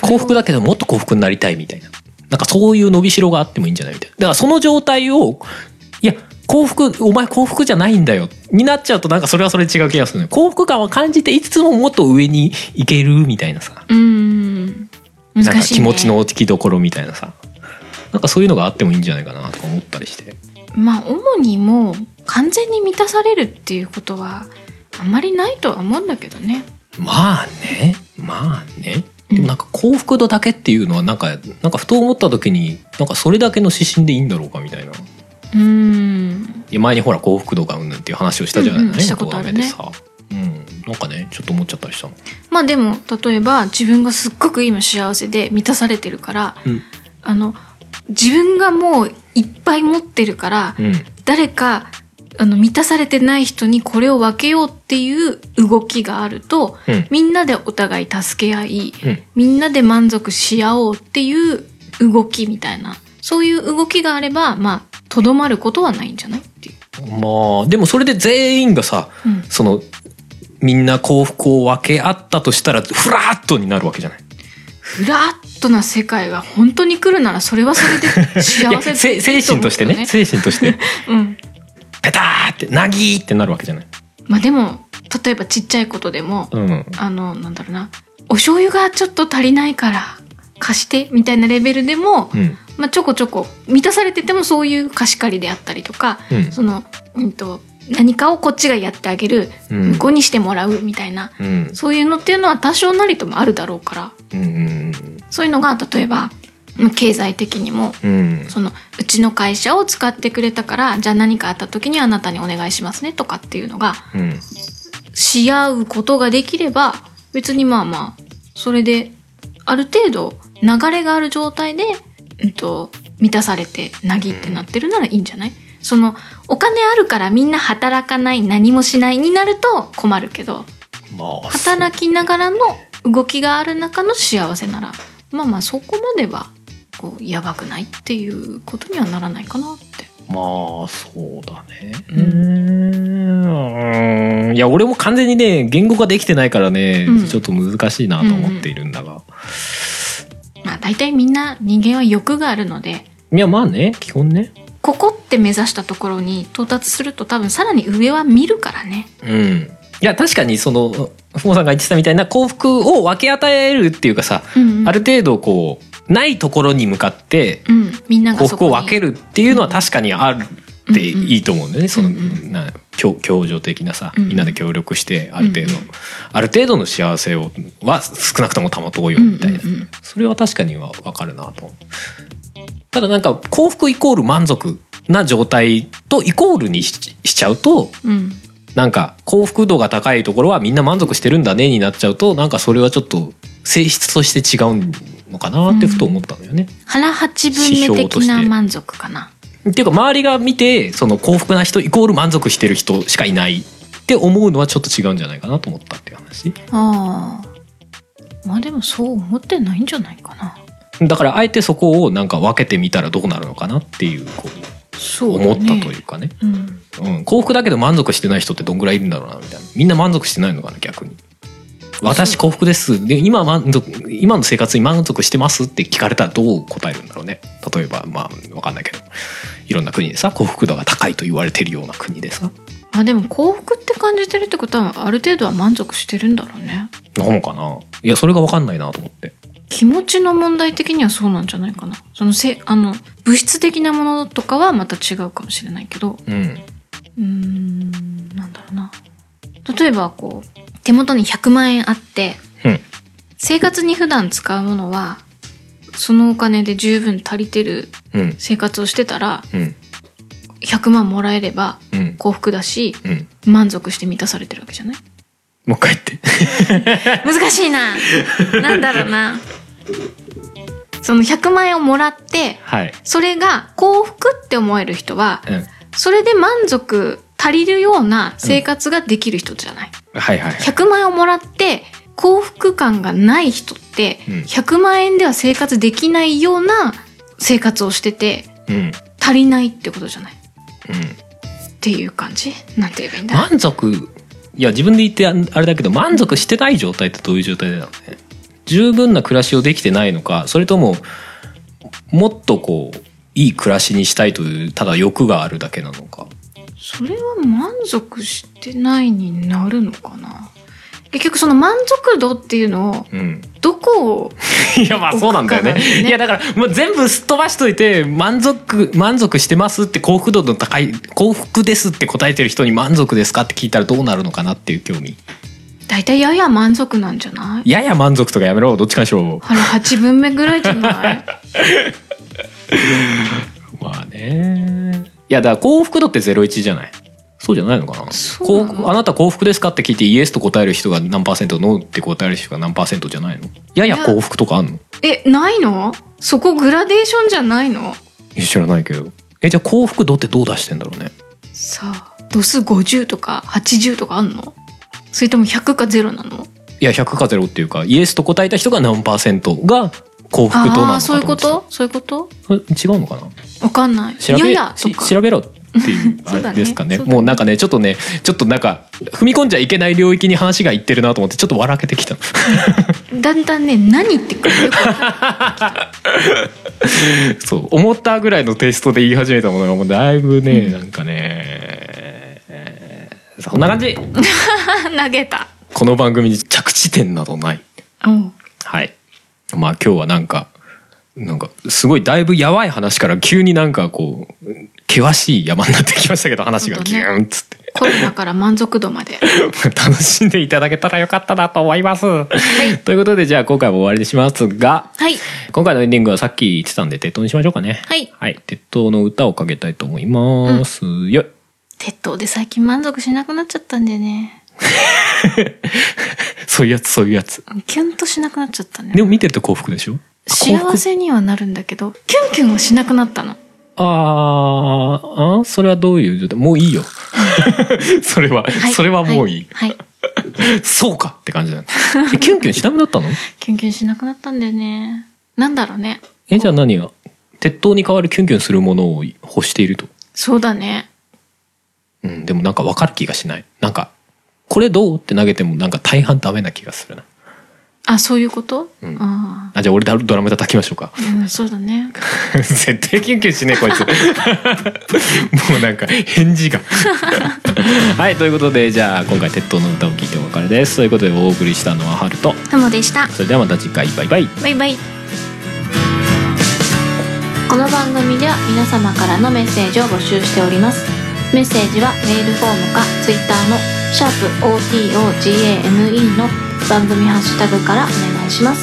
幸福だけどもっと幸福になりたいみたいな。なんかそういう伸びしろがあってもいいんじゃないみたいな。だからその状態を、いや、幸福、お前幸福じゃないんだよ。になっちゃうとなんかそれはそれで違う気がするね幸福感は感じていつつももっと上に行けるみたいなさ、うん難しい、なね、んか気持ちの落ちきどころみたいなさなんかそういうのがあってもいいんじゃないかなとか思ったりしてまあ主にもう完全に満たされるっていうことはあんまりないとは思うんだけどねまあねまあねでもなんか幸福度だけっていうのはなんかなんかふと思った時になんかそれだけの指針でいいんだろうかみたいなうんいや前にほら幸福度がうんぬんっていう話をしたじゃない、うんうんしたことあるねの動画でさうん、なんかねちょっと思っちゃったりしたの、まあでも例えば自分がすっごく今幸せで満たされてるからうんあの自分がもういっぱい持ってるから、うん、誰かあの満たされてない人にこれを分けようっていう動きがあると、うんみんなでお互い助け合い、うんみんなで満足し合おうっていう動きみたいなそういう動きがあればまあとどまることはないんじゃないっていう。まあでもそれで全員がさうんそのみんな幸福を分け合ったとしたらフラットになるわけじゃないフラットな世界が本当に来るならそれはそれでい幸やせせ 精神として思うねよ精神と してうん。ペターってなぎーってなるわけじゃない、まあでも例えばちっちゃいことでも、うん、あのなんだろうなお醤油がちょっと足りないから貸してみたいなレベルでも、うんまあ、ちょこちょこ満たされててもそういう貸し借りであったりとか、うんその、うん、と何かをこっちがやってあげる、うん向こうにしてもらうみたいなうんそういうのっていうのは多少なりともあるだろうからうんそういうのが例えばまあ経済的にもうんうんそのうちの会社を使ってくれたからじゃあ何かあった時にあなたにお願いしますねとかっていうのがうんし合うことができれば別にまあまあそれである程度流れがある状態で、うん、と満たされてなぎってなってるならいいんじゃないそのお金あるからみんな働かない何もしないになると困るけどまあ働きながらの動きがある中の幸せならまあまあそこまではこうやばくないっていうことにはならないかなって。まあそうだねううーんいや俺も完全にね言語ができてないからね、うんちょっと難しいなと思っているんだが、まあ大体みんな人間は欲があるのでいやまあね基本ねここって目指したところに到達すると多分さらに上は見るからね。うんいや確かにそのふもさんが言ってたみたいな幸福を分け与えるっていうかさ、うんうんある程度こうないところに向かってうん、みんな幸がそ福こをに分けるっていうのは確かにあるっていいと思うんだよね、その、うんうんな共共助的なさ、うんうんみんなで協力してある程度、うんうんある程度の幸せをは少なくとも保とうようんうんみたいな、うんそれは確かには分かるなとただなんか幸福イコール満足な状態とイコールにししちゃうとうんなんか幸福度が高いところはみんな満足してるんだねになっちゃうとなんかそれはちょっと性質として違うのかなってふと思ったんだよね。腹八分目的な満足かな。っていうか周りが見てその幸福な人イコール満足してる人しかいないって思うのはちょっと違うんじゃないかなと思ったっていう話。ああ。まあでもそう思ってないんじゃないかな。だからあえてそこをなんか分けてみたらどうなるのかなっていうこうそう、ね。思ったというかねうん。うん、幸福だけど満足してない人ってどんぐらいいるんだろうなみたいなみんな満足してないのかな逆に私幸福ですで今満足今の生活に満足してますって聞かれたらどう答えるんだろうね例えばまあわかんないけどいろんな国でさ幸福度が高いと言われてるような国でさまあでも幸福って感じてるってことはある程度は満足してるんだろうね。なのかないやそれがわかんないなと思って気持ちの問題的にはそうなんじゃないかな。そのせ、あの、物質的なものとかはまた違うかもしれないけど。うんうーん、なんだろうな。例えばこう、手元に100万円あって、うん生活に普段使うものは、そのお金で十分足りてるうん生活をしてたら、うん100万もらえればうん幸福だし、うん満足して満たされてるわけじゃないもう一回言って 難しいな。なんだろうな。その100万円をもらって、はいそれが幸福って思える人は、うんそれで満足足りるような生活ができる人じゃない。はいはいはい100万円をもらって幸福感がない人ってうん100万円では生活できないような生活をしててうんうん足りないってことじゃないっていう感じなんて言えばいいんだ満足いや自分で言ってああれだけど満足してない状態ってどういう状態だろうね十分な暮らしをできてないのかそれとももっとこういい暮らしにしたいというただ欲があるだけなのかそれは満足してないになるのかな結局その満足度っていうのをうん、どこを いやまあそうなんだよね奥からねいやだからもう全部すっ飛ばしといて満足満足してますって幸福度の高い幸福ですって答えてる人に満足ですかって聞いたらどうなるのかなっていう興味大体やや満足なんじゃないやや満足とかやめろどっちかにしろあれ8分目ぐらいじゃない まあねいやだから幸福度って01じゃないそうじゃないのかなそ幸うなの福あなた幸福ですかって聞いてイエスと答える人が何パーセントノーって答える人が何パーセントじゃないのやや幸福とかあんのえないのそこグラデーションじゃないのいや知らないけどえじゃあ幸福度ってどう出してんだろうねさあ度数50とか80とかあんのそれとも100か0なのいや100か0っていうかイエスと答えた人が何パーセントが幸福度なああのかーそういう思っこてたとそういうことえ違うのかなわかんない調やべやとしか調べろっていう そあうだねれですかねそうだねもうなんかねちょっとねちょっとなんか踏み込んじゃいけない領域に話がいってるなと思ってちょっと笑けてきた だんだんね何言ってくるそう思ったぐらいのテイストで言い始めたものがもうだいぶね、なんかねえーそんな感じ投 げたこの番組に着地点などないうんはい。まあ今日はなんか、なんかすごいだいぶやばい話から急になんかこう、険しい山になってきましたけど話が本当ギねューンっつって。コロナから満足度まで楽しんでいただけたらよかったなと思います。ということでじゃあ今回も終わりにしますが、はい今回のエンディングはさっき言ってたんで鉄塔にしましょうかね。はい鉄塔の歌をかけたいと思います。よっ鉄塔で最近満足しなくなっちゃったんでね そういうやつそういうやつ。キュンとしなくなっちゃったねでも見てると幸福でしょ幸幸福せにはなるんだけどキュンキュンはしなくなったのあーあ、それはどういう状態もういい よ。それは、はい それはもういい。はい、はいそうかって感じだよね。えキュンキュンしなくなった のキュンキュンしなくなったんだよねなんだろうねえ、じゃあ何が鉄塔に代わるキュンキュンするものを欲していると。そうだねうん、でもなんかわかる気がしない。なんか、これどうって投げてもなんか大半ダメな気がするな。あそういうこと、うんああ、じゃあ俺だドラム叩きましょう か。あ、うん、そうだね絶対キュンキュンしねえ こいつもうなんか返事がはいということでじゃあ今回鉄塔の歌を聴いてお別れですということでお送りしたのはハルとハモでしたそれではまた次回バイバイバイバイこの番組では皆様からのメッセージを募集しておりますメッセージはメールフォームか Twitter の「シャープ #OTOGAME」の番組ハッシュタグからお願いします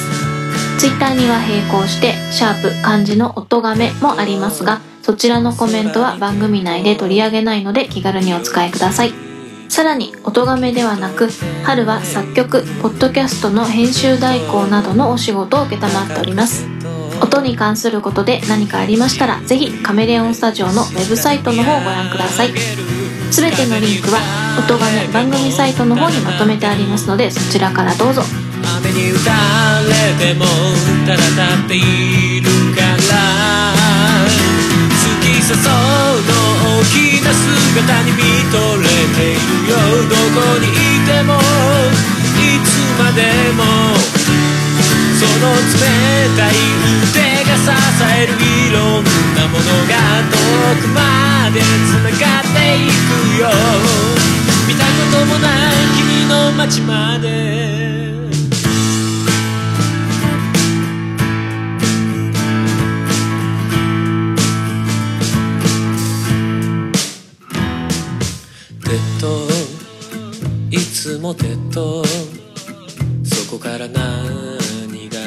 Twitter には並行して「シャープ漢字の音がめ」もありますがそちらのコメントは番組内で取り上げないので気軽にお使いくださいさらに音がめではなく春は作曲ポッドキャストの編集代行などのお仕事を承っております音に関することで何かありましたらぜひカメレオンスタジオのウェブサイトの方をご覧くださいすべてのリンクは音がめ番組サイトの方にまとめてありますのでそちらからどうぞ雨に打たれてもただ立っているから突き刺そうの大きな姿に見とれているよどこにいてもいつまでもその冷たい腕が支えるいろんなものが遠くまで繋がっていくよ見たこともない君の街まで鉄塔いつも鉄塔そこから何が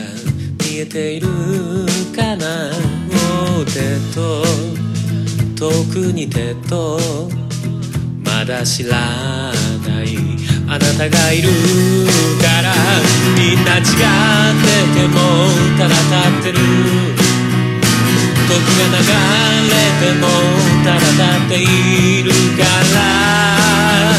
見えているかなおう鉄塔遠くに鉄塔まだ知らないあなたがいるからみんな違っててもただ立ってる時が流れてもただ立っているから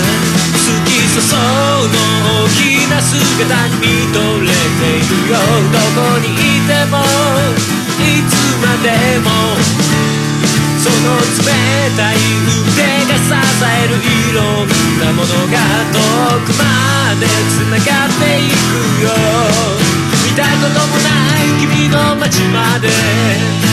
突き刺そうの大きな姿に見とれているよどこにいてもいつまでもその冷たい腕が支えるいろんなものが遠くまで繋がっていくよ見たこともない君の街まで「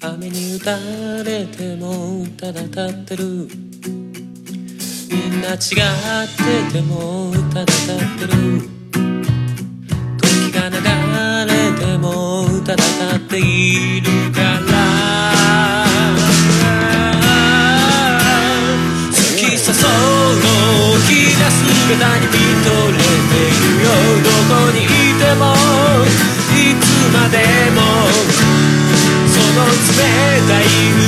疲れてもただ立ってるみんな違っててもただ立ってる時が流れてもただ立っているから咲き誘うの日が姿に見とれているよどこにいてもいつまでもその冷たい腕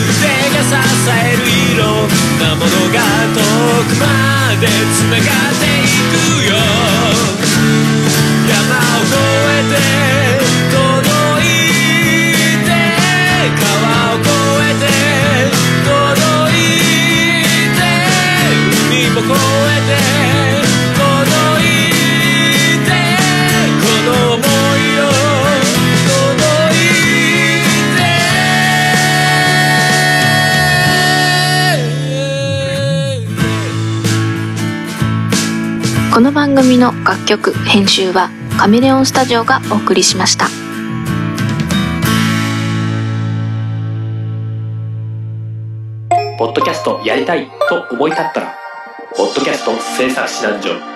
が支えるいろんなものが遠くまで繋がっていくよ山を越えて届いて川を越えて届いて海も越えて届いてこの想いを届いてこの番組の楽曲編集はカメレオンスタジオがお送りしましたポッドキャストやりたいと思い立ったら、ポッドキャスト制作指南所